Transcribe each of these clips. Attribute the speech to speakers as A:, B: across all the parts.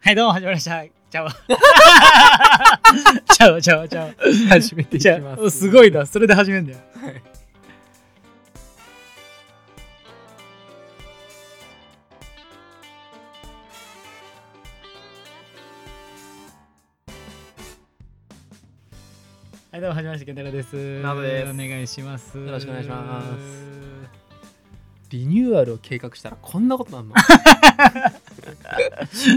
A: はい、どうも、始まりました。ち ゃうわ。ちゃうわ、ちゃうわ、ちゃうわ。
B: 始めていき
A: じゃ
B: ま
A: あ、
B: す。
A: すごいな、それで始めるんだよ。
B: はい
A: はい、どうも、はじめまして、健太郎です。
B: ナブです
A: お願いします。
B: よろしくお願いしますリニューアルを計画したらこんなことなんの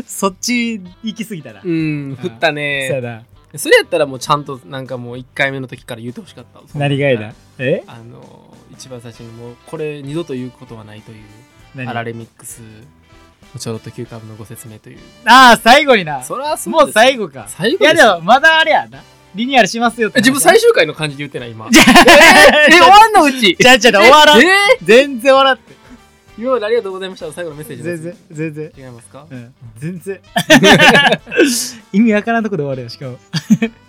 A: そっち行き過ぎたな。
B: う
A: そ
B: ん、振った
A: うや
B: ね。
A: な。
B: それやったらもうちゃんとなんかもう1回目の時から言ってほしかったわ。
A: 何がいだえ
B: あの、一番最初にもうこれ二度と言うことはないという、
A: 何
B: アラレミックス、ちょろっと9株のご説明という。
A: ああ、最後にな。
B: それは
A: もう最
B: 後。
A: 後か。
B: 最後
A: い
B: で
A: や
B: す
A: でも、まだあれやな。リニューアルしますよって
B: え
A: 話。
B: 自 分最終回の感じで言ってない今。
A: じゃ
B: え、終わんのうち
A: じゃあじゃあ終わらん
B: え。え
A: 全然笑って。
B: 今までありがとうございました。最後のメッセージで
A: 全
B: す
A: 然、全然。
B: 違いますか
A: うん、全 然。意味わからんとこで終わるよ、しかも。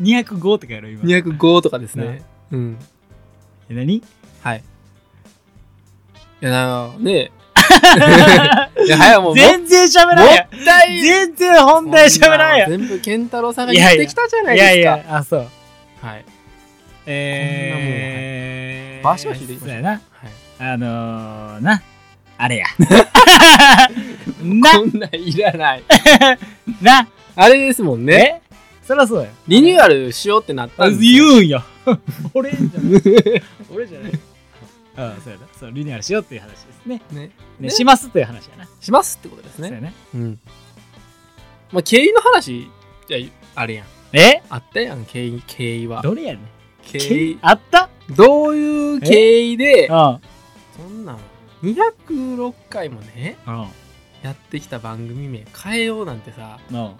A: 205とかやろ、今。
B: ?205 とかですね。うん。
A: え何
B: はい。いや、なあ ねえ。いや、早いもう、ももっ
A: 全然喋らんやん。
B: たい
A: 全然本題喋らんやん。い
B: 全部、健太郎さんが言ってきたじゃないですか。
A: やいや、あ、そう。
B: はい。
A: えー、
B: こんなもんはいバシバシでいき
A: そ
B: ま
A: う
B: しょ
A: や
B: う
A: な。
B: はい。
A: あのー、な。あ れや。 な、
B: こんなんいらない。
A: な、
B: あれですもんね。
A: えそりゃそうや。
B: リニューアルしようってなったんです
A: 言
B: よ。
A: うんよ。俺じゃない。 俺じゃない。ああ、そうやな。そう、リニューアルしようっていう話ですね。
B: ね、
A: ね
B: ね
A: しますという話やな。
B: しますってことです
A: そう
B: ね。
A: やな
B: うん。まあ、経緯の話、じゃあ、あれやん。
A: え
B: あったやん、経緯、経緯は。
A: どれやねん。
B: 経
A: け
B: 緯、
A: あった
B: どういう経緯で、
A: うん。
B: そんなん、206回もね、
A: うん。
B: やってきた番組名変えようなんてさ、
A: うん。
B: は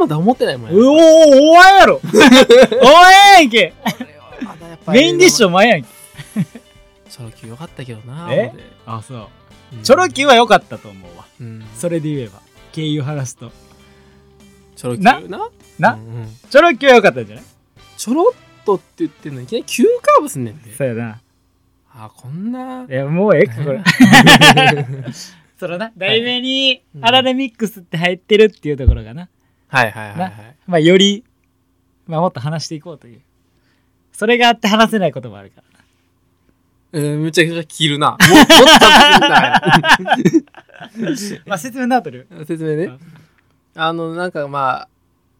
B: まだ思ってないもん
A: うお
B: や。
A: お、お前 やろお前やんけメインディッシュ
B: ョ
A: お前やんけ
B: チョロ Q よかったけどな。
A: え
B: 思って
A: あ、そう。
B: うん
A: チョロ Q は良かったと思うわ。
B: うん
A: それで言えば。経由話すと。
B: チョロ Q
A: な
B: な
A: な
B: うんうん
A: チョロ Q は良かったんじゃない
B: ちょろっとって言ってんのにいきなり急カーブすんねんで。
A: そうやな。
B: あ、こんな。
A: いや、もうええか、こ れ。そらな、題名にアラレミックスって入ってるっていうところがな。
B: はいはいはいはい。
A: まあ、より、まあ、もっと話していこうという。それがあって話せないこともあるからな。
B: うん、むちゃくちゃ切るな。ももっ とちゃくちゃ切る
A: まあ、説明になっとる。
B: な。説明
A: う
B: ね
A: ん。
B: あの、なんかまあ、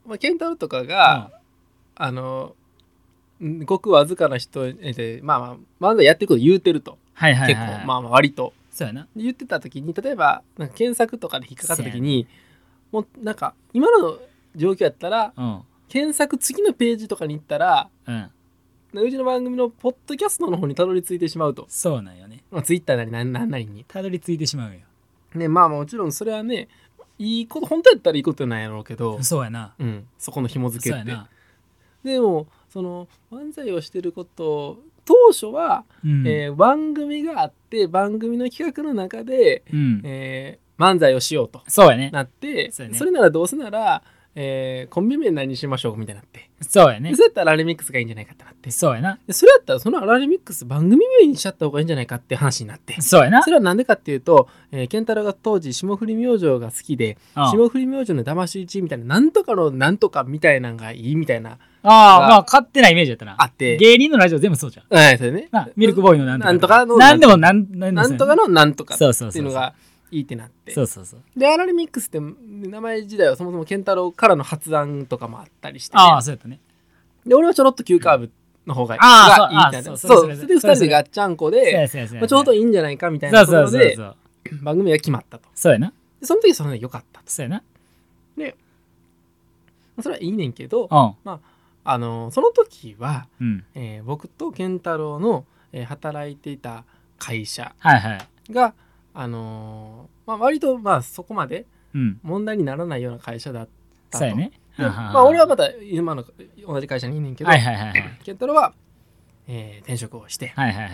B: まあ、ケンタロウとかが、あの、んごくわずかな人で、まあまあ、漫才やってること言うてると。
A: はいはい
B: 結
A: はい。
B: 構、まあまあ、割と。
A: そうやな。
B: 言ってた時に例えばなんか検索とかで引っかかった時にもうなんか今の状況やったら
A: うん。
B: 検索次のページとかに行ったら
A: うん。
B: うちの番組のポッドキャストの方にたどり着いてしまうと、
A: そうなんよね。
B: まあ、ツイッターなりなんなんなりに
A: たどり着いてしまうよ。
B: ねまあまあもちろんそれはねいいこと本当やったらいいことなんやろうけど、
A: そうやな。
B: うん、そこの紐付
A: そう
B: け
A: や
B: って
A: な。
B: でもその漫才をしてること当初は、
A: うん。
B: えー番組があって番組の企画の中で、
A: うん
B: えー漫才をしようと
A: そうやね。
B: なって
A: そ
B: そ,、
A: うやね
B: れならどうせなら、えーコンビ名何にしましょうみたいになって、
A: そうや
B: で
A: ね
B: そ。れやったらアラレミックスがいいんじゃないかってなって
A: そうやな。
B: でそれやったらそのアラレミックス番組名にしちゃった方がいいんじゃないかって話になって
A: そうやな
B: そ。れはなんでかっていうと、えー、ケンタロウが当時霜降り明星が好きで
A: うん
B: 霜降り明星の騙し討ちみたいななんとかのなんとかみたいなのがいいみたいな
A: ああ、まあ、勝手なイメージやったな
B: あ。って
A: 芸人のラジオ全部そうじゃん。
B: はいそれね
A: なミルクボーイのなんとか。
B: なんとかの
A: なんでもなん、なん
B: なんとか
A: の。
B: のなんとか
A: そうそう
B: っ
A: そ
B: ていううの
A: そう。
B: がいいってなって
A: そうそうそう。
B: でアラレミックスって名前自体はそもそもケンタロウからの発案とかもあったりしてね、
A: ああ、そうやったね。
B: で俺はちょろっと急カーブの方がいい
A: あー
B: がいいみたい
A: そうあー
B: な
A: そ
B: そうう
A: そうそれそ
B: それ
A: れ
B: で2
A: それ
B: 人でガッチャンコ
A: そうや
B: で、
A: そうやそう
B: ま
A: や。
B: あ、ちょうど
A: いい
B: いいんじゃないかみたい
A: そ
B: な
A: う
B: とこ
A: そう
B: ろ
A: そう
B: で
A: そう。
B: 番組が決まったと
A: そうやな。
B: でその時その時良かった
A: そうやな。
B: まあそれはいいねんけど
A: うん。
B: あのその時は、
A: うん。
B: えー僕と健太郎の、えー働いていた会社
A: はいはい。
B: があのーまあ、割とまあそこまで
A: うん。
B: 問題にならないような会社だった
A: そう
B: と
A: やね。
B: で
A: あ
B: まあ、俺はまた今の同じ会社にいんねんけど、
A: はいはいはいはい。
B: 健太郎は、えー転職をして、
A: はいはいは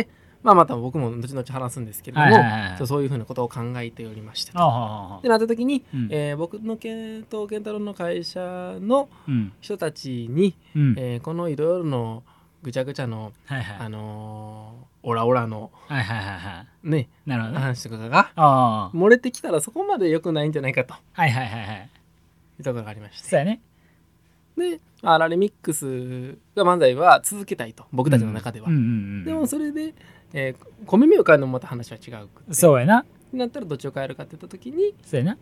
A: い。
B: まあ、また僕も後々話すんですけれども、
A: はいはいはい
B: そう。そういうふうなことを考えておりましたと。
A: ああ、ああ
B: ってなった時に、
A: うん
B: えー僕の健と健太郎の会社の
A: うん。
B: 人たちに、
A: うん。
B: えーこのいろいろのぐちゃぐちゃの、
A: はい
B: あ
A: は
B: のーオラオラの
A: はいはいはいは
B: ね
A: い。なるほどね。
B: 話とかが
A: ああ。
B: 漏れてきたらそこまで良くないんじゃないかと
A: はいはいはいはい。
B: いうところがありまして
A: そうやね。
B: でまあアラレミックスが漫才は続けたいと僕たちの中では、
A: うんうんうん。
B: でもそれで、えー、小耳を変えるのもまた話は違うくて
A: そうやな。
B: なったらどっちを変えるかって言った時に
A: そうやな。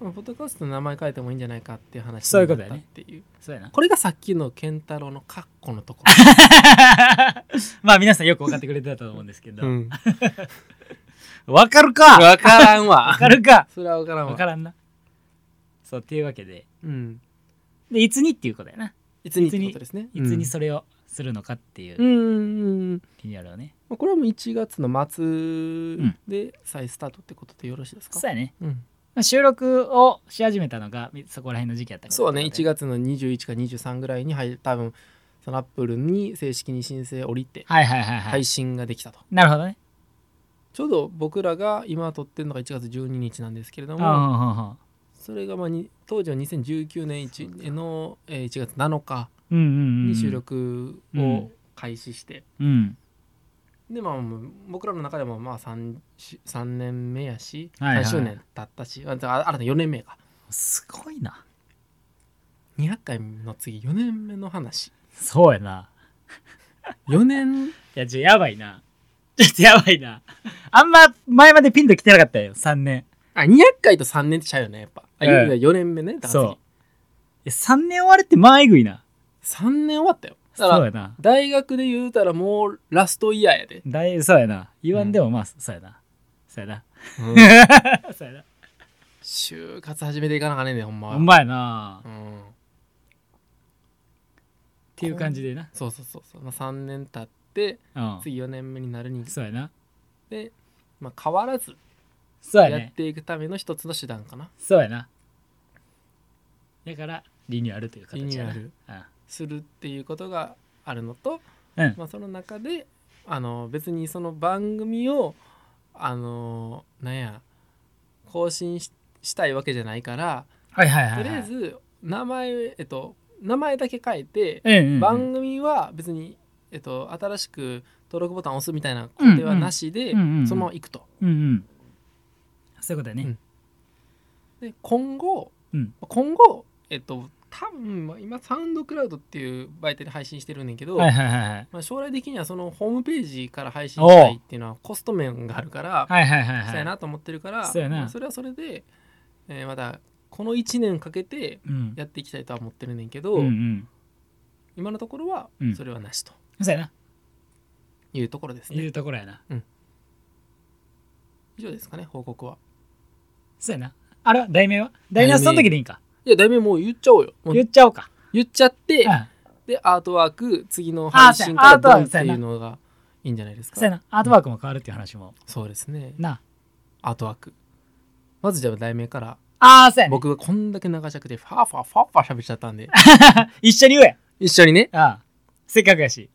B: まあポッドキャストの名前変えてもいいんじゃないかっていう話
A: そういうことだ
B: に
A: ね
B: なったっていう
A: そうやな。
B: これがさっきの健太郎のカッコのとこ
A: まあ皆さんよく分かってくれてたと思うんですけ
B: ろ、う
A: ど。
B: ん、
A: 分かるか
B: 分からんわ
A: 分かるか
B: それは分からんわ
A: 分からんな。そう、っていうわけで。
B: うん、
A: で、いつにっていうことやな。
B: いつにってことですね、
A: いつにそれをするのかっていううん
B: うん
A: 気になるよね。
B: これはもう1月の末で再スタートってことでよろしいですか
A: そう、やね。
B: うん
A: まあ収録をし始めたのがみそこら辺の時期やったから。
B: そうね1
A: 月。
B: 月の21か23ぐらいにはい多分そのアップルに正式に申請降りて
A: はいはいはいはい
B: 配。信ができたと、
A: なるほどね。
B: ちょうど僕らが今撮ってるのが1月12日なんですけれ
A: あ
B: ども
A: ほうほうほ
B: それがまあに当時は2019年 1, のえー1月7日
A: ううんうんうん。
B: に収録を開始して、
A: うん。
B: でまあもう僕らの中でもまあ 3, 3年目やし
A: はいはい
B: 3周年経ったし、ああ新たに4年目か
A: すごいな。
B: 200回の次4年目の話
A: そうやな。
B: 4年
A: いや、ちょ、やばいな。 ちょっとやばいな。あんま前までピンと来てなかったよ、3年。
B: あ200回と3年ってちゃうよねやっぱ、あ
A: ええ
B: 4年目ねだから
A: そう。いや、3年終わるってまあえぐいな。
B: 3年終わったよだか
A: そう
B: ら
A: やな。
B: 大学で言うたらもうラストイヤーや で、
A: だいそうやな。言わんでもまあ、そうやな。そうやな。そうやな。
B: 就活始めていかなあかねえねほんまは
A: ほんまやな。っ
B: うん、
A: ていう感じでな。
B: そうそうそうそう、まあ、3年経って
A: うん。
B: 次4年目になるにつ
A: そうやな。
B: れて、まあ、変わらず
A: そうや
B: やっ
A: ね。
B: ていくための一つの手段かな、
A: そうやな。だから、リニューアルという形やな。
B: リニューアル
A: うん。
B: するっていうことがあるのと、
A: うん
B: まあ、その中であの別にその番組をあのなんや更新ししたいわけじゃないから
A: はいはいはいは
B: と
A: い。
B: りあえず名前えっと名前だけ書いて、
A: うんうんうん、
B: 番組は別に、えっと、新しく登録ボタンを押すみたいな工程はなしで、
A: うんうんうん
B: そのまま行くと。
A: うんうん。そういうことやね。
B: で今後、
A: うん
B: 今後えっと多分まあ今サウンドクラウドっていう媒体で配信してるんだけど、
A: はいはいはいはい。
B: まあ、将来的にはそのホームページから配信したいっていうのはコスト面があるから、
A: はいはいはい
B: そう
A: は
B: や
A: い。
B: なと思ってるから、
A: そうやな
B: まあそれはそれで、えーまたこの1年かけて
A: うん。
B: やっていきたいとは思ってるねんけど、
A: うんうん。
B: 今のところは
A: うん
B: それはなしと
A: そうやな。
B: いうところですね、
A: いうところやな。
B: 以上ですかね報告は
A: そうやな。あれは題名は題名はその時でいいんか。
B: いやだいぶもう言っちゃおうよもう
A: 言っちゃおうか。
B: 言っちゃって、
A: うん。
B: でアートワーク次の配信
A: あ
B: から
A: そうや
B: ドン
A: アー
B: っ
A: トワーク
B: ていうのがいいんじゃないですか
A: そうやな。アートワークも変わるっていう話も。
B: そうですね
A: な
B: アートワークまずじゃあ題名から
A: あ。ああ、そうやね。
B: 僕がこんだけ長尺でファーファーファーファー喋っちゃったんで
A: 一緒に言え。
B: 一緒にね
A: ああ。せっかくやし。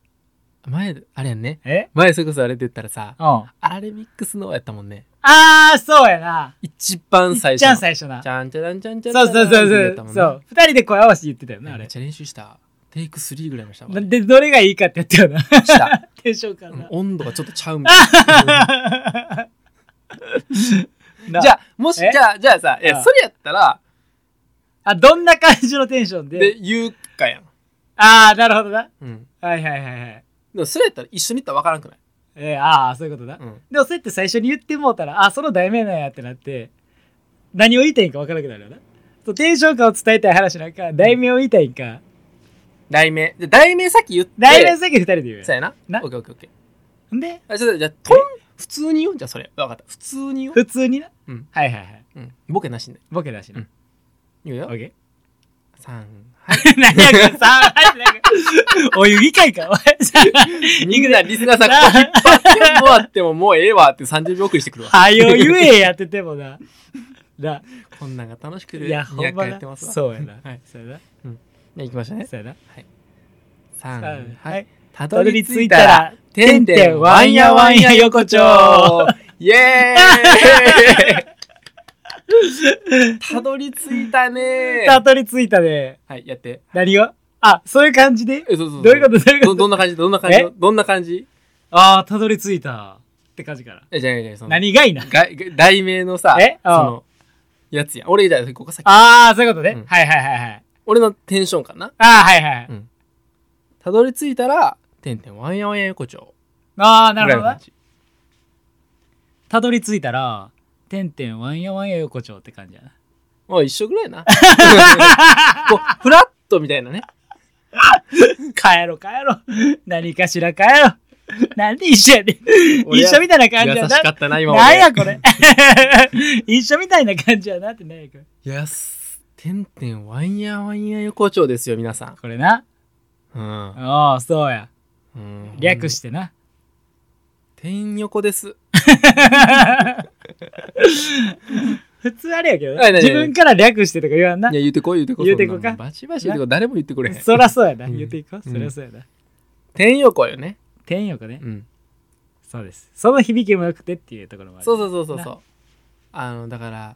B: 前あれやんね
A: え
B: 前それこそあれって言ったらさ
A: うん。あ
B: アラレミックスのやったもんね
A: あー、そうやな。
B: 一番
A: い
B: 最
A: っ
B: 初
A: ちゃん
B: の
A: 最初な。
B: ち
A: そ
B: ゃんちゃらんちゃんちゃ
A: うそ
B: ら
A: う
B: ん
A: そうそ
B: やっ
A: う
B: たもん。ね
A: そう。二人で声合わせて言ってたよな、あ
B: めっ
A: れ。
B: ちゃ練習したテイク3ぐらいましたわ
A: で、どれがいいかってやったよな。
B: した
A: テンション感
B: うん
A: な。
B: 温度がちょっとちゃうみたいな
A: な
B: じゃあもし
A: え
B: じゃあじゃあさい
A: あ
B: や
A: あ
B: それやったら
A: あ、どんな感じのテンションで。
B: で言うかやん
A: ああ、なるほどな。
B: うん
A: はいはいはいはい。
B: でもそれやったら一緒に行ったら分からんくない
A: えー、ああ、そういうことな。
B: うん
A: でも、そうやって最初に言ってもうたら、あその題名なんやってなって、何を言いたいんか分からなくなるよな。そうテンション感を伝えたい話なんか、題名を言いたいんか、
B: 題名で題名さっき言って
A: 題名先二人で言うよ
B: そうやな
A: な
B: オッケーオッケーオッケー
A: んで、
B: あちょっとじゃあトン普通に言うんじゃあそれ分かった普通に言う
A: 普通にな。
B: うん
A: はいはいはい。
B: うんボケなしね
A: ボケだしな。
B: うん言う
A: オ
B: よ
A: ッケ
B: 3
A: ー。 何やこれ、さあ、入って ないお湯議会か、お前。さ
B: みんなリスナーさんここ引っ張ってもらってももうええわって30秒遅れしてくるわ
A: あ、はよ言えやっててもな。な、
B: こんなんが楽しくて
A: いや、ほん
B: 200
A: ま
B: 回やっ
A: な
B: て。ますわ
A: そうやな。
B: はい
A: そうや
B: じゃあ行きましょう
A: な。
B: ね
A: そうやな。
B: 3
A: は
B: はいい。
A: た
B: たど
A: どり
B: り
A: 着
B: 着
A: い
B: い
A: た
B: たら
A: ら、てんてんわんやわんや横丁。
B: イエー イたどり着いた ね
A: たどり着いたね。
B: はいやって
A: 何があ、そういう感じで
B: えそうそうそう
A: どういうことどういうこと
B: どどんな感じどんな感じ
A: え
B: どんな感じ
A: ああ、たどり着いた。って感じから。
B: えじゃあじゃあその
A: 何がいいな。
B: がが題名のさ
A: え
B: そのやつやん俺じゃあここ先
A: ああ、そういうことね。
B: うん
A: はいはいはいはい。
B: 俺のテンションかな
A: ああ、はいはい。
B: うんたどり着いたら「てんてんわんやわんや横丁」
A: ああ、
B: ぐ
A: な
B: らい
A: る
B: の
A: ほど
B: 感
A: ね。
B: じ
A: たどり着いたら、てんてんわんやわんや横丁って感じやな。
B: もう一緒ぐら いやなこうフラットみたいなね
A: 帰ろ帰ろ。何かしら帰ろ。なんで一緒やねん。
B: 俺
A: 一緒みたいな感じ
B: 優
A: や
B: し
A: な
B: か。ったな今
A: なんや
B: 俺
A: これ。 一緒みたいな感じやなってなんやこれ。
B: やすてんてんわんやわんや横丁ですよ皆さ
A: これな。
B: んうん、
A: おお、そうや。
B: うん、
A: 略してな。
B: てん横です
A: 普通あれやけどね、
B: はいはいはい。
A: 自分から略してとか言わんない
B: や言うてこい言うてこい
A: 言うてこ
B: そんな
A: か
B: バチバチ言うてこい誰も言ってくれへん
A: そらそうやな。
B: うん
A: 言っていこう。そりゃそうやな。
B: 天横よね
A: 天よこね
B: う。ん
A: そうです。その響きもよくてっていうところもある。
B: そうそうそうそう
A: な
B: そうあのだから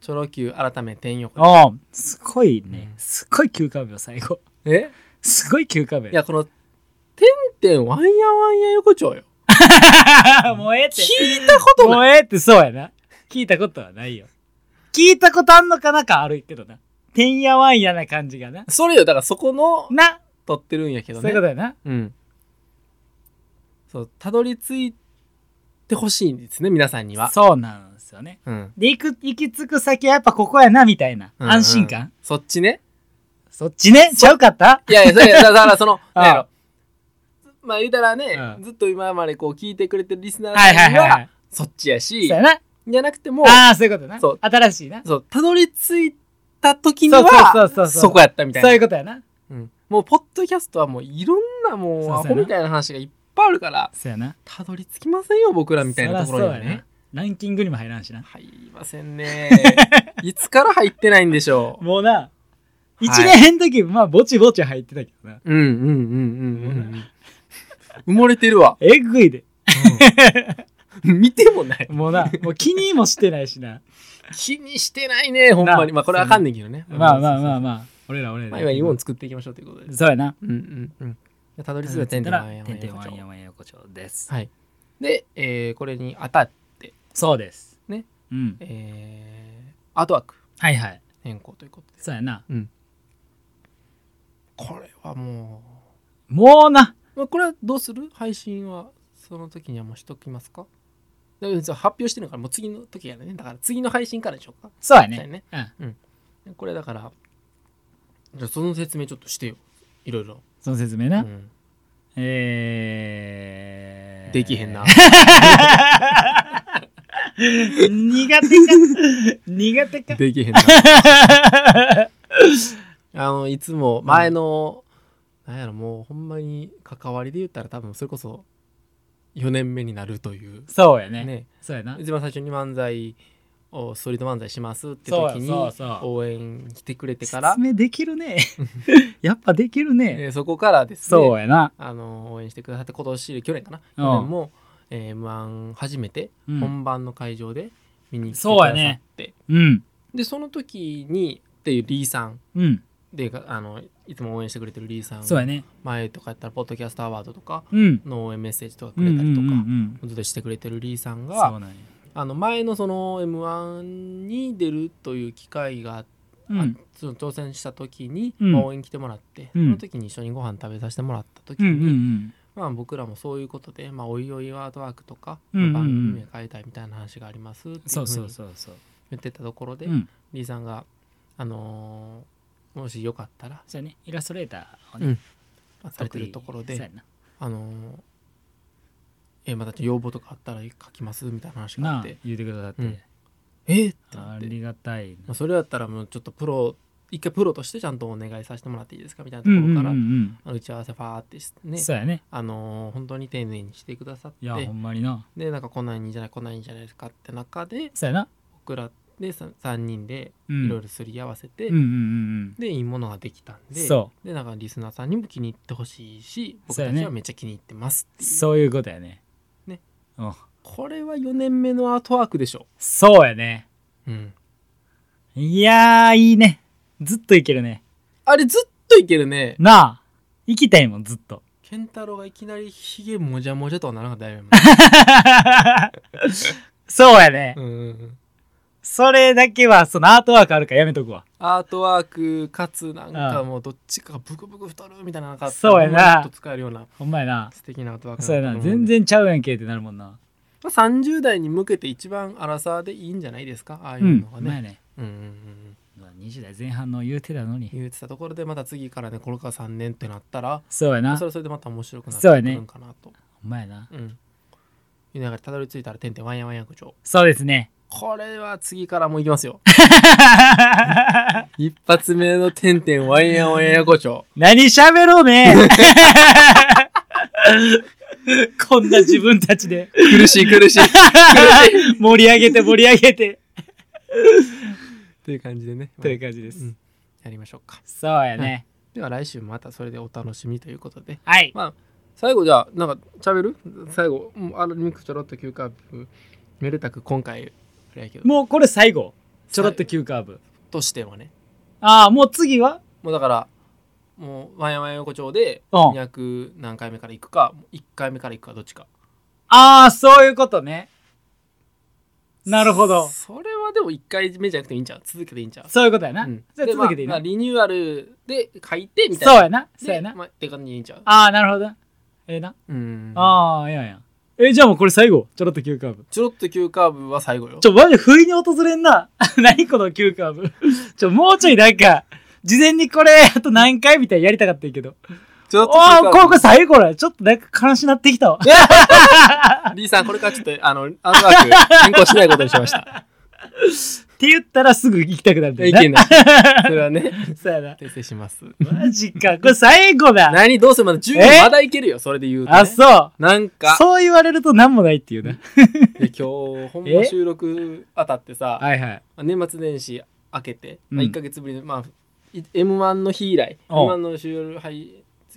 B: チョロ Q 改め天横
A: おお、すごいね
B: う。ん
A: すごい休暇秒最後。
B: え
A: すごい休暇秒。
B: いやこのてんてんわんやわんや横丁よ
A: もうええって。
B: 聞いたことない
A: もうええってそうやな。聞いたことはないよ。聞いたことあんのかなかあるけどな。てんやわんやな感じがな。
B: それよだからそこの
A: な、
B: 撮ってるんやけど
A: そうい
B: ね
A: うことやな。
B: うんそうたどり着いてほしいんですね皆さんには
A: そうなんですよね。
B: うん
A: で、行く、行き着く先はやっぱここやな、みたいな。
B: うんうん
A: 安心感。
B: そっち ね
A: そっちね、ちゃうかった
B: いやいやそれだだからその
A: ああ
B: なんやろまあ言うたらね、
A: うん
B: ずっと今までこう聞いてくれてるリスナー
A: は
B: さ
A: い
B: ん
A: はい
B: に
A: はいは。
B: はいそっちや
A: そう
B: し、
A: やな。
B: じゃなくても
A: ああ、そういうことな。
B: そう
A: 新しいな。
B: そうたどり着いた時には
A: そうそうそうそう
B: そこやったみたい
A: そ
B: な
A: ういうことやな。
B: うんもうポッドキャストはもういろんなも
A: そうう
B: ア
A: そう
B: ホみたいな話がいっぱいあるから
A: そうやな。
B: たどり着きませんよ僕らみたいなところには
A: そらそうや
B: ね
A: な。ランキングにも入らんしな。
B: 入りませ んねいつから入ってないんでしょ
A: もうな、
B: い
A: 一年の時、まあ、ぼちぼち入ってたけどな。
B: ううんうんうんうんうん埋もれてるわ、
A: えぐいで。
B: うん見てもない
A: もうな、もう気にもしてないし な。
B: 気にしてないねほんまに
A: な
B: まあこれはあかんねんけどね
A: まあまあまあ
B: あ
A: まあ、俺ら俺ら。
B: まあ今いいもん作っていきましょうということで
A: そうやな。
B: うんうんうんたどり着い
A: つ
B: た点
A: た
B: 々
A: ら
B: ワンヤンワ
A: て
B: ン
A: んて
B: ヤ
A: ん
B: ン
A: わ
B: 課
A: ん
B: 長
A: やわんや横丁です。
B: はいで、えーこれに当たって、
A: そうです。
B: ね。
A: うん。
B: えーアートワーク
A: はいはい。
B: 変更ということです
A: そうやな。
B: これはも
A: もうな、
B: う、まあ、これはどうする配信はその時にはもうしときますかだから発表してるからもう次の時やねだから次の配信からでしょうか
A: そうや
B: みたい
A: ね。
B: なね
A: うん。
B: これだからじゃあその説明ちょっとしてよいろいろ、
A: その説明
B: う
A: な。
B: ん、
A: えー。
B: できへんな。
A: 苦 手か。苦手か。
B: できへんな あのいつも前の、なんやろもうほんまに関わりで言ったら多分それこそ4年目になるという
A: そうやね。
B: ね
A: そうやな。
B: 一番最初に漫才をストリート漫才しますって
A: そう
B: 時
A: や
B: に
A: そうそう
B: 応援来てくれてから
A: 説明できる ね。やっぱできるね。
B: えーそこからです
A: そう
B: ね
A: やな。
B: あの応援してくださって今年去年かな
A: うん
B: 去年も「えー M‐1」初めて
A: うん
B: 本番の会場で見に来てく
A: そう
B: だ
A: や
B: さ
A: ね
B: って、
A: うん。
B: でその時にっていうリーさん
A: うん。
B: であのいつも応援してくれてるリーさん
A: そうやね。
B: 前とかやったらポッドキャストアワードとか
A: うん。
B: の応援メッセージとかく
A: うんうん
B: れた
A: うん
B: り
A: う
B: とか、
A: ん。
B: ずっとしてくれてるリーさん
A: そう
B: が
A: なんや。
B: あの前のその m 1に出るという機会があっ
A: う
B: あ
A: ん。
B: その挑戦した時に、
A: うん
B: まあ応援に来てもらって、
A: うん
B: その時に一緒にご飯食べさせてもらった時
A: うん
B: に、
A: うん
B: まあ、僕らもそういうことで、まあ、おいおいワードワークとか、
A: うんうんうん
B: まあ番組名変えたいみたいな話がありますっていう
A: うん。そう
B: ふ
A: そうう
B: に
A: そうそう。
B: 言ってたところで、
A: うん。
B: リーさんが、あのーもしよかったら、
A: そうやね。イラストレーターを
B: うん
A: ね。
B: まあされてるところ
A: そうや
B: で、
A: な
B: あのーえまた要望とかあったら書きますみたいな話があ
A: な
B: っ
A: あ
B: て、
A: 言うてくださっ
B: うん
A: て。
B: えーってな
A: あ
B: って、
A: りがたいな。
B: まあ、それだったらもうちょっとプロ一回プロとしてちゃんとお願いさせてもらっていいですかみたいなと
A: う
B: こ
A: ん
B: ろ
A: うん
B: か
A: うん
B: ら、
A: うん。
B: あの打ち合わせファーってしてね
A: そうやね。
B: あのー本当に丁寧にしてくださっ
A: いや、ほ
B: て
A: んまにな。
B: でなんかこんなんいいんじゃないこんなんいいんじゃないですかって中で
A: そうやな。
B: 僕らで3人で
A: うん。
B: いろいろすり合わせて、
A: うんうんうん
B: でいいものができたん
A: うん。
B: で
A: そ
B: でなんかリスナーさんにも気に入ってほしいし僕
A: そうや
B: た
A: ね
B: ちはめっちゃ気に入ってますっ
A: う。
B: ていう
A: そういうことやね。
B: ね
A: うん。
B: これは4年目のアートワークでしょ、
A: そうやね。
B: うん、
A: いやー、いいね。ずっといけるね。
B: あれずっといけるね
A: なあ、行きたいもん、ずっと。
B: ケンタロウがいきなりヒゲもじゃもじゃとはならなかったよ。
A: そうやね。
B: 今うんうんうん
A: それだけは、そのアートワークあるからやめとくわ。
B: アートワークかつなんかもうどっちかがブクブク太るみたいなのがあった
A: そうやな
B: もっと使えるような
A: ほんまやな。
B: 素敵なアートワーク
A: そうや
B: と
A: な。
B: 思うん
A: 全
B: で、
A: 然ちゃうやんけってなるもんな。。
B: まあ、30代に向けて一番荒さでいいんじゃないですかああいううんの
A: ほ
B: が
A: んまや
B: ね,、
A: ね。
B: うんうんうん、
A: うわ20代前半の言うてたのに。
B: 言ってたところでまた次からねこれから3年ってなったら
A: そうやな。
B: そ
A: ほ
B: れはそれでまた面白くなって
A: そうや
B: く
A: ね
B: るんかなと
A: んまやな。
B: うんいう中でたどり着いたら「てんてんわんやわんや区長
A: そうですね。」
B: これは次からもういきます よ一発目の「てんてんわんやわんや区長
A: 何喋ろうね。 こんな自分たちで」
B: 苦しい苦しい
A: 盛り上げて盛り上げて。
B: という感じでね
A: という感じです。
B: うんやりましょうか
A: そうやね。
B: では来週またそれでお楽しみということで
A: はい。
B: 最後じゃあなんか喋る最後もうあのミクちょろっと急カーブめでたく今回あれやけど
A: もうこれ最後。ちょろっと急カーブ。
B: としてはね
A: ああ、もう次は
B: もうだからもうワンヤワンヤ横丁で
A: うん
B: 200何回目から行くか1回目から行くかどっちか
A: ああ、そういうことね。なるほど。
B: それはでも1回目じゃなくていいんちゃう続けていいんちゃう
A: そういうことやな。
B: うん
A: じゃあ
B: で
A: 続けていい
B: ま
A: な。
B: あまあリニューアルで書いてみたいな
A: そうやな。そうやな。
B: でまあ、って感じでいいんちゃう
A: ああ、なるほど。ええな。
B: うん
A: ああ、ええやんやん。え、じゃあもうこれ最後。ちょろっと急カーブ。
B: ちょろっと急カーブは最後よ
A: ちょ、マジで不意に訪れんな。 何この急カーブ。ちょ、もうちょいなんか、事前にこれ、あと何回みたいなやりたかったんやけど。
B: ちょろっと急カ
A: ああ、
B: ーブ
A: これ最後だ。ちょっとなんか悲しなってきたわ。
B: リーさん、これからちょっと、あの、アンワーク、変更しないことにしました。
A: って言ったらすぐ行きたくなるんだ
B: い
A: よな
B: けない。それはね、
A: そうやな。
B: 訂正します。
A: マジか。これ最後だ。
B: 何どうせまだ10分
A: え
B: まだいけるよ、それで言うと、
A: あ、
B: ね。
A: そう。
B: なんか、
A: そう言われると何もないっていうな。
B: で今日、ほんま
A: え
B: 収録当たってさ、
A: はいはい。
B: 年末年始明けて、まあ、
A: うん
B: 1ヶ月ぶりの、まあ、い M1 の日以来、
A: おう
B: M1 の収録、はい、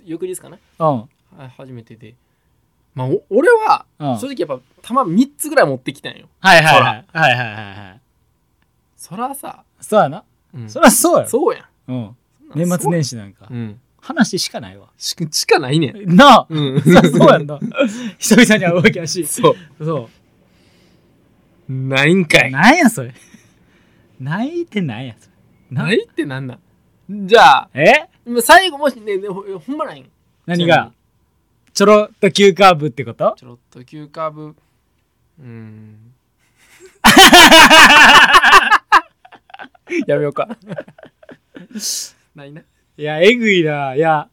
B: 翌日かな
A: うん。
B: はい初めてで。まあ、お俺は、
A: うん
B: 正直やっぱ、玉3つぐらい持ってきたんよ。
A: はいはいはい。はいはいはいはい。
B: そらさ、
A: そうやな。
B: うん
A: そりゃそうやろ。
B: そうやん。
A: うん。年末
B: 始
A: 年始なんか
B: う。ん。
A: 話しかないわ。
B: ししかないねん。
A: なあ。
B: う ん。
A: そりゃそうやんな。久々に会うわけやし。
B: そ。
A: そう
B: ないんか
A: う。
B: い。
A: なんやそれ。ないってなんやそれ。な
B: ないってなんなんじゃあ、
A: え
B: 今最後もしね、ねほほんまないん。
A: 何がちょろっと急カーブってこと
B: ちょろっと急カーブ。うーん。やめようか。ないな。
A: いや、えぐいな。いや、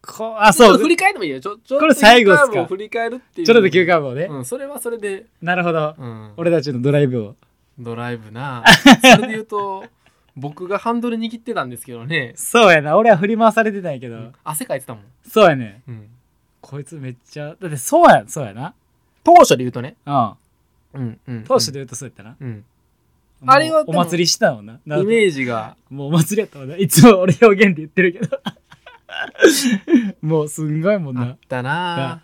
A: こあ、
B: ちょ
A: そ
B: っと振
A: う。
B: り返ってもいいよ。ちょちょっと
A: これ最後っすか
B: 急カーブを振り返るっていう。
A: ちょろっと急カーブをね。
B: うん、それはそれで、
A: なるほど。
B: うん、
A: 俺たちのドライブを。
B: ドライブな。それで言うと、僕がハンドル握ってたんですけどね、
A: そうやな。俺は振り回されてないけど。
B: 汗かいてたもん。
A: そうやね。
B: うん、
A: こいつめっちゃ。だってそうや、そうやな。
B: 当初で言うとね、
A: う
B: うんうん、
A: ん。当初で言うとそうやったな。
B: うん、
A: もう
B: あれはで
A: お
B: も
A: 祭りしてたもんな。な
B: イメージが
A: もうお祭りやったもんな。いつも俺表現で言ってるけど。 もうすんごいもん
B: あ
A: な
B: っ。たな
A: な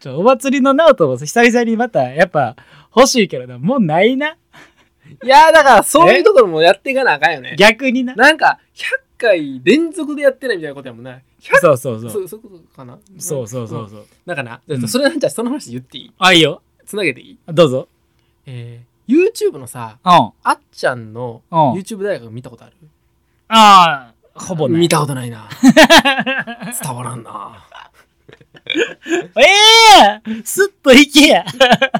A: ちょお祭りのナオトも久々にまたやっぱ欲しいけどな。もうないな。
B: いやーだからそういうところもやっていかなあかんよね
A: 逆にな。
B: なんか100回連続でやってないみたいなことやもんな100
A: そうそうそう。
B: そうそういうことかな
A: そうそうそうんそう。
B: だから
A: うん
B: それなんじゃその話言っていい
A: あ、いいよ。
B: つなげていい
A: どうぞ。
B: えー YouTube のさ
A: うん。あ
B: あっちゃんの
A: うん
B: YouTube 大学見たことある
A: あー、ほぼない。
B: 見たことな いな伝わらんな
A: ええやすっといけや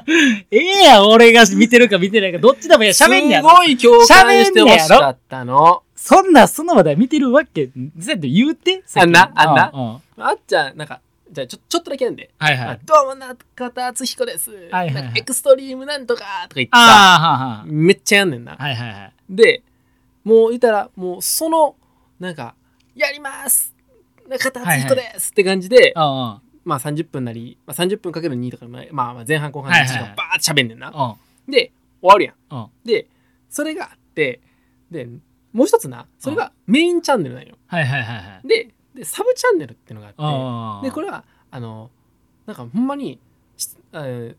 A: ええや俺が見てるか見てないか、どっちでもいいや、喋んねや
B: す
A: ろ。
B: ごい共感してほしかったの
A: そんな、その話題見てるわけ、ずっと言うて。
B: あんなあんな
A: うんうん
B: あっちゃんなんかじゃあちょちょっとだけやんで
A: はいは
B: あ
A: い。
B: どうも中田敦彦です、
A: はいはいはい
B: なんかエクストリームなんとかとか言ってさ
A: ああ、はんはん
B: めっちゃやんねんな
A: はいはいはい。
B: でもう言ったらもうそのなんか「やります中田敦彦です!」って感じで、
A: うんうん。
B: まあ30分なり、まあ、30分かける2とか、まあまあ、まあ前半後半
A: はい
B: 1
A: はい
B: 時
A: はい
B: 間バーッて喋んねんな、
A: うん。
B: で終わるやん、
A: うん
B: でそれがあってでもう一つなそれがメインチャンネルなんよ
A: はいはいはいはい。
B: ででサブチャンネルってのがあっ
A: うん
B: て、でこれはあのなんかほんまにしあの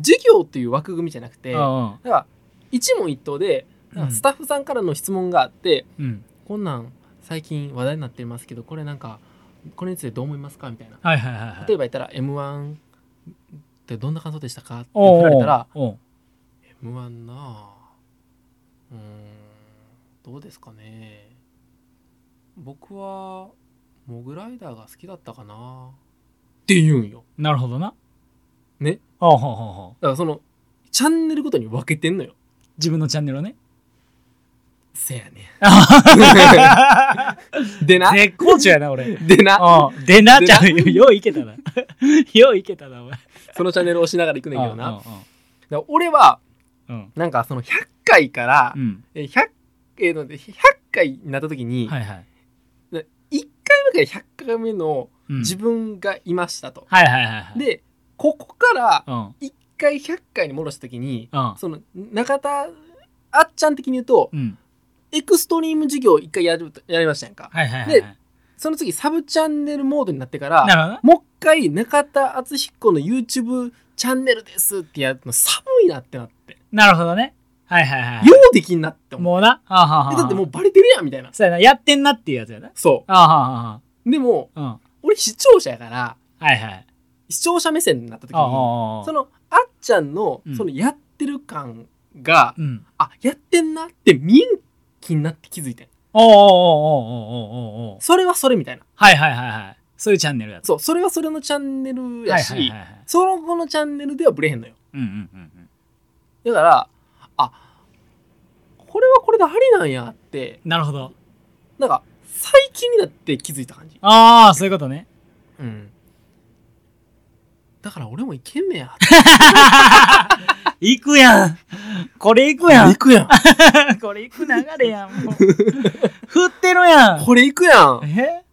B: 授業っていう枠組みじゃなくて
A: う
B: だか
A: んうん
B: ら一問一答でなんかスタッフさんからの質問があって、
A: うん。
B: こんなん最近話題になってますけどこれなんかこれについてどう思いますかみたいな
A: はいはいはいはい
B: 例え
A: ば
B: ば言ったら m 1ってどんな感想でしたかって振られたら
A: おう
B: m 1なあうーんどうですかね僕はモグライダーが好きだったかなって言うんよ
A: なるほどな
B: ね
A: ほうほうほうほう
B: だからそのチャンネルごとに分けてんのよ
A: 自分のチャンネル をね
B: せやねでな
A: 絶好調やな俺
B: でな
A: うんでな
B: で
A: ち
B: な
A: ゃんよよういけたな よういけたなお前
B: そのチャンネルを押しながら行くねんけどなだか
A: う
B: ら俺は
A: んうん
B: なんかその100回から
A: うん
B: えー100えーなんで100回になった時
A: う
B: に、
A: んはいはい
B: 1回目から100回目の
A: うん
B: 自分がいましたと、
A: はいはいはいはい
B: でここから
A: うんうん
B: 1回100回に戻した時に
A: うん
B: その中田あっちゃん的に言うと
A: うん
B: エクストリーム授業1回やるやりましたやんか
A: はいはいはいはい
B: その次サブチャンネルモードになってから
A: なるほどな
B: もう一回中田敦彦の YouTube チャンネルですってやるの寒いなってなって、
A: なるほどねはいはいはいはい
B: ようできんなって思う
A: もうなはあはあは
B: え
A: あ
B: だってもうバレてるやんみたいな
A: そうやなやってんなっていうやつやな
B: そ
A: あはあはあは
B: うでも
A: あうん
B: 俺視聴者やから
A: はいはい
B: 視聴者目線になった時
A: ああ
B: に
A: ああ
B: そのあっちゃんの
A: うん
B: そのやってる感が、
A: うん
B: あやってんなって見えん気になって気づいてん
A: おうおうおうおうおうおうおう
B: それはそれみたいな
A: はいはいはいはいそういうチャンネルやつ
B: そうそれはそれのチャンネルや
A: はい
B: し、
A: はいはいはい
B: その後のチャンネルではブレへんのよ
A: うんうんうんうん
B: だからあこれはこれでありなんやって
A: なるほど
B: なんか最近になって気づいた感じ
A: ああそういうこと ね
B: うんだから俺もイケメンや
A: 行くやんこれ行くやん
B: 行くやん
A: これ行く流れやんもう 振ってるやん
B: これ行くやん
A: え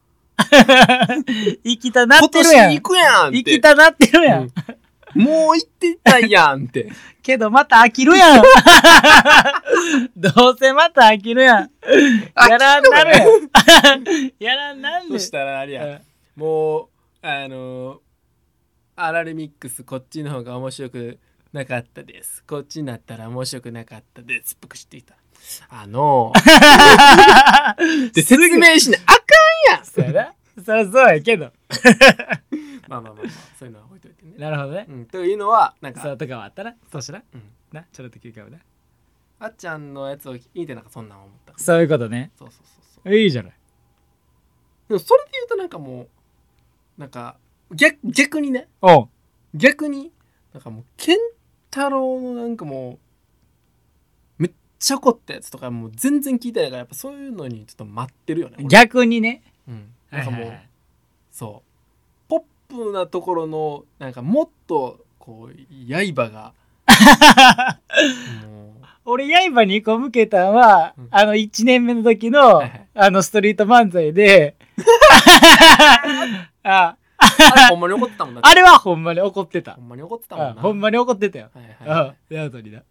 A: 行きたな
B: 今
A: ってるやん
B: 年行くやんって
A: 行きたなってるやん、
B: うんもう行ってたいやん って
A: けどまた飽きる やんどうせまた飽きるやんやらんなるやん やらんなん
B: そ
A: で
B: したらあれや、
A: うん
B: もうあのーアラレミックスこっちの方が面白くなかったですこっちになったら面白くなかったですぷくしていたあの ーで説明しないあかんやん
A: そうやなそりゃそうやけど
B: まあまあまあ、まあ、そういうのは置いといてね、
A: なるほどね
B: うん、というのはなん
A: そ
B: か
A: うとかはあったなそうしな、
B: うん
A: なちょっと休憩をな
B: あっちゃんのやつを見てなんかそんなん思った
A: そういうことね
B: そうそうそうそう
A: いいじゃない
B: でもそれで言うとなんかもうなんか逆逆にね
A: おう
B: 逆になんかもう健太郎のなんかもうめっちゃ怒ったやつとかもう全然聞いてないからやっぱそういうのにちょっと待ってるよね俺
A: 逆にね
B: うん、なんかもう、
A: はいはいはい
B: そうポップなところのなんかもっとこう 刃がもう
A: 俺刃に個向けたんは、
B: うん
A: あの1年目の時の、
B: はいはい
A: あのストリート漫才 であ
B: あれほんまに怒ってたもんな
A: あれはほんまに怒ってた
B: ほんまに怒ってたもん
A: あ
B: な
A: ほんまに怒ってたよ、
B: はいはい
A: あ
B: は
A: あ後にな
B: い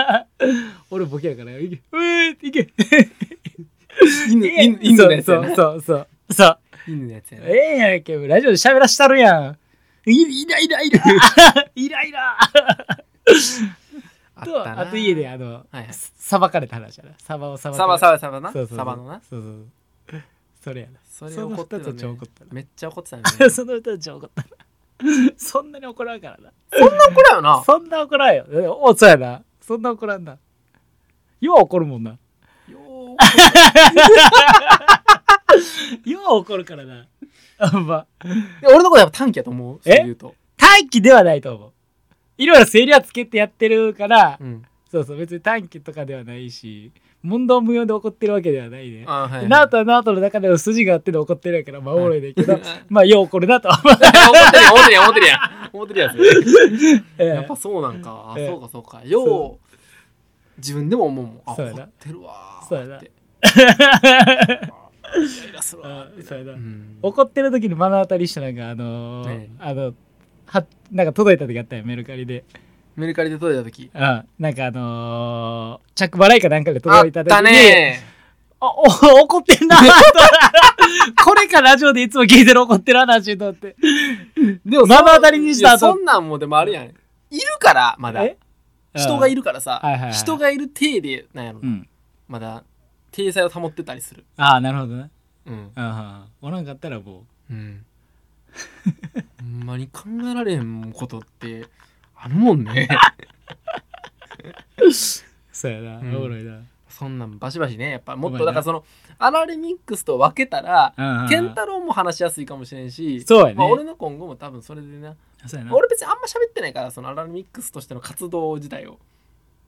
A: 俺ボケやからいけうー いけ
B: 犬犬犬のやつや
A: そ
B: な
A: うそうそうそう
B: 犬のやつやな
A: ええやんけラジオで喋らしたるやんいイライ ライライライラ
B: あっ
A: と
B: たな
A: あと家であの、
B: はいはい
A: さばかれた話やなさばをさば
B: サバサバサバな
A: そうそうそう
B: サバのな
A: そうそうそうそれやな
B: それ怒ってた
A: その二つは超
B: ね
A: 怒ったな
B: めっちゃ怒ってたねそ
A: その歌ちゃ怒ったな。そんなに怒らんからな。
B: んな怒らんよな
A: そんな怒らんよ。えおそうやな。そんな怒らんな。よう怒るもんな。
B: よう怒る
A: よう怒るからな。あんま。
B: で俺のことやっぱ短期やと思うそ
A: え
B: う言うと
A: 短期ではないと思う。いろいろ整理はつけてやってるから、
B: うん
A: そうそう、別に短期とかではないし、問答無用で怒ってるわけではないね。
B: あはいはい
A: ナートはナートの中での筋があっての怒ってるやから、まあおもろいねんけど、
B: はい
A: まあよう怒るな と。
B: 思ってるやん思ってるやん思ってるやん思ってるや
A: ええ
B: つやっぱそうなんかあ
A: ええ
B: そうかそうかよう自分でも思うもんあ
A: そうや
B: 怒
A: な
B: ってるわー
A: そうやな
B: ってあイライラするわー
A: うんそうやな
B: うん
A: 怒ってる時に目の当たりしたのがあのー
B: ええ
A: あのはなんか届いた時あったよメルカリで、
B: メルカリで届いた時
A: うん、なんかあのー着払いかなんかで
B: あ
A: 届
B: っ
A: いた時に
B: たねー
A: あお 怒ってんなとこれかラジオでいつも聞いてる怒ってる話と思って
B: でも
A: 目の
B: そん
A: 当たりにした
B: いや
A: 後
B: そんなんもうでもあるやんいるからまだ
A: え
B: 人がい
A: る
B: るからさ、
A: はいはいはい
B: 人がいる体でなんやろ、
A: うん
B: まだ体裁を保ってたりする
A: ああなるほどね
B: うん
A: ああおらんかったらも
B: うん、ほんまに考えられんことってあるも んね
A: うそうやな、
B: うん
A: おもろいな
B: そんなんバシバシねやっぱも
A: ご
B: っ
A: めん
B: と
A: な
B: だからそのアラレミックスと分けたら
A: うんうん
B: 健太郎も話しやすいかもしれんし
A: そうやね、
B: まあ、俺の今後も多分それでな
A: そうやな
B: 俺別にあんま喋ってないからそのアラレミックスとしての活動自体を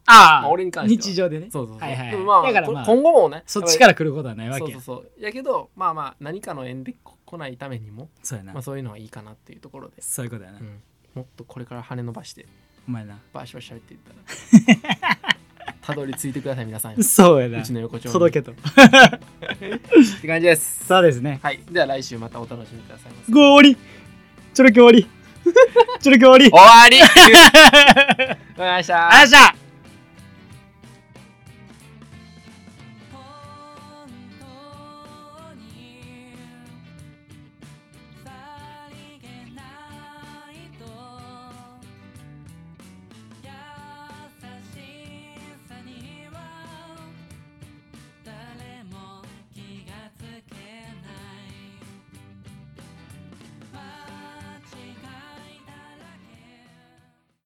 A: ああ、
B: まあ俺に関して
A: 日
B: は
A: 常でね
B: そうそうそ
A: は
B: う、
A: いはいはい
B: でもま
A: だ
B: あ、
A: からまあ
B: こ今後もね
A: そっち
B: や
A: か
B: っ
A: ら来ることはない
B: ぱ
A: わ
B: り
A: け
B: そうそうそうやけどまあまあ何かの縁でこ来ないためにも、
A: そうやな、
B: まあ、そういうのはいいかなっていうところで、
A: そういうことやな、
B: うんもっとこれから跳ね伸ばして
A: お前な
B: バシバシ喋っていったら たどり着いてください皆さんう
A: そうやな
B: ちの横丁に
A: 届けと
B: って感じです
A: そうですね
B: はいでは来週またお楽しみくださいませ
A: 終わり ちょろき終わりちょろき終わり
B: 終わりわかりました
A: あっしゃ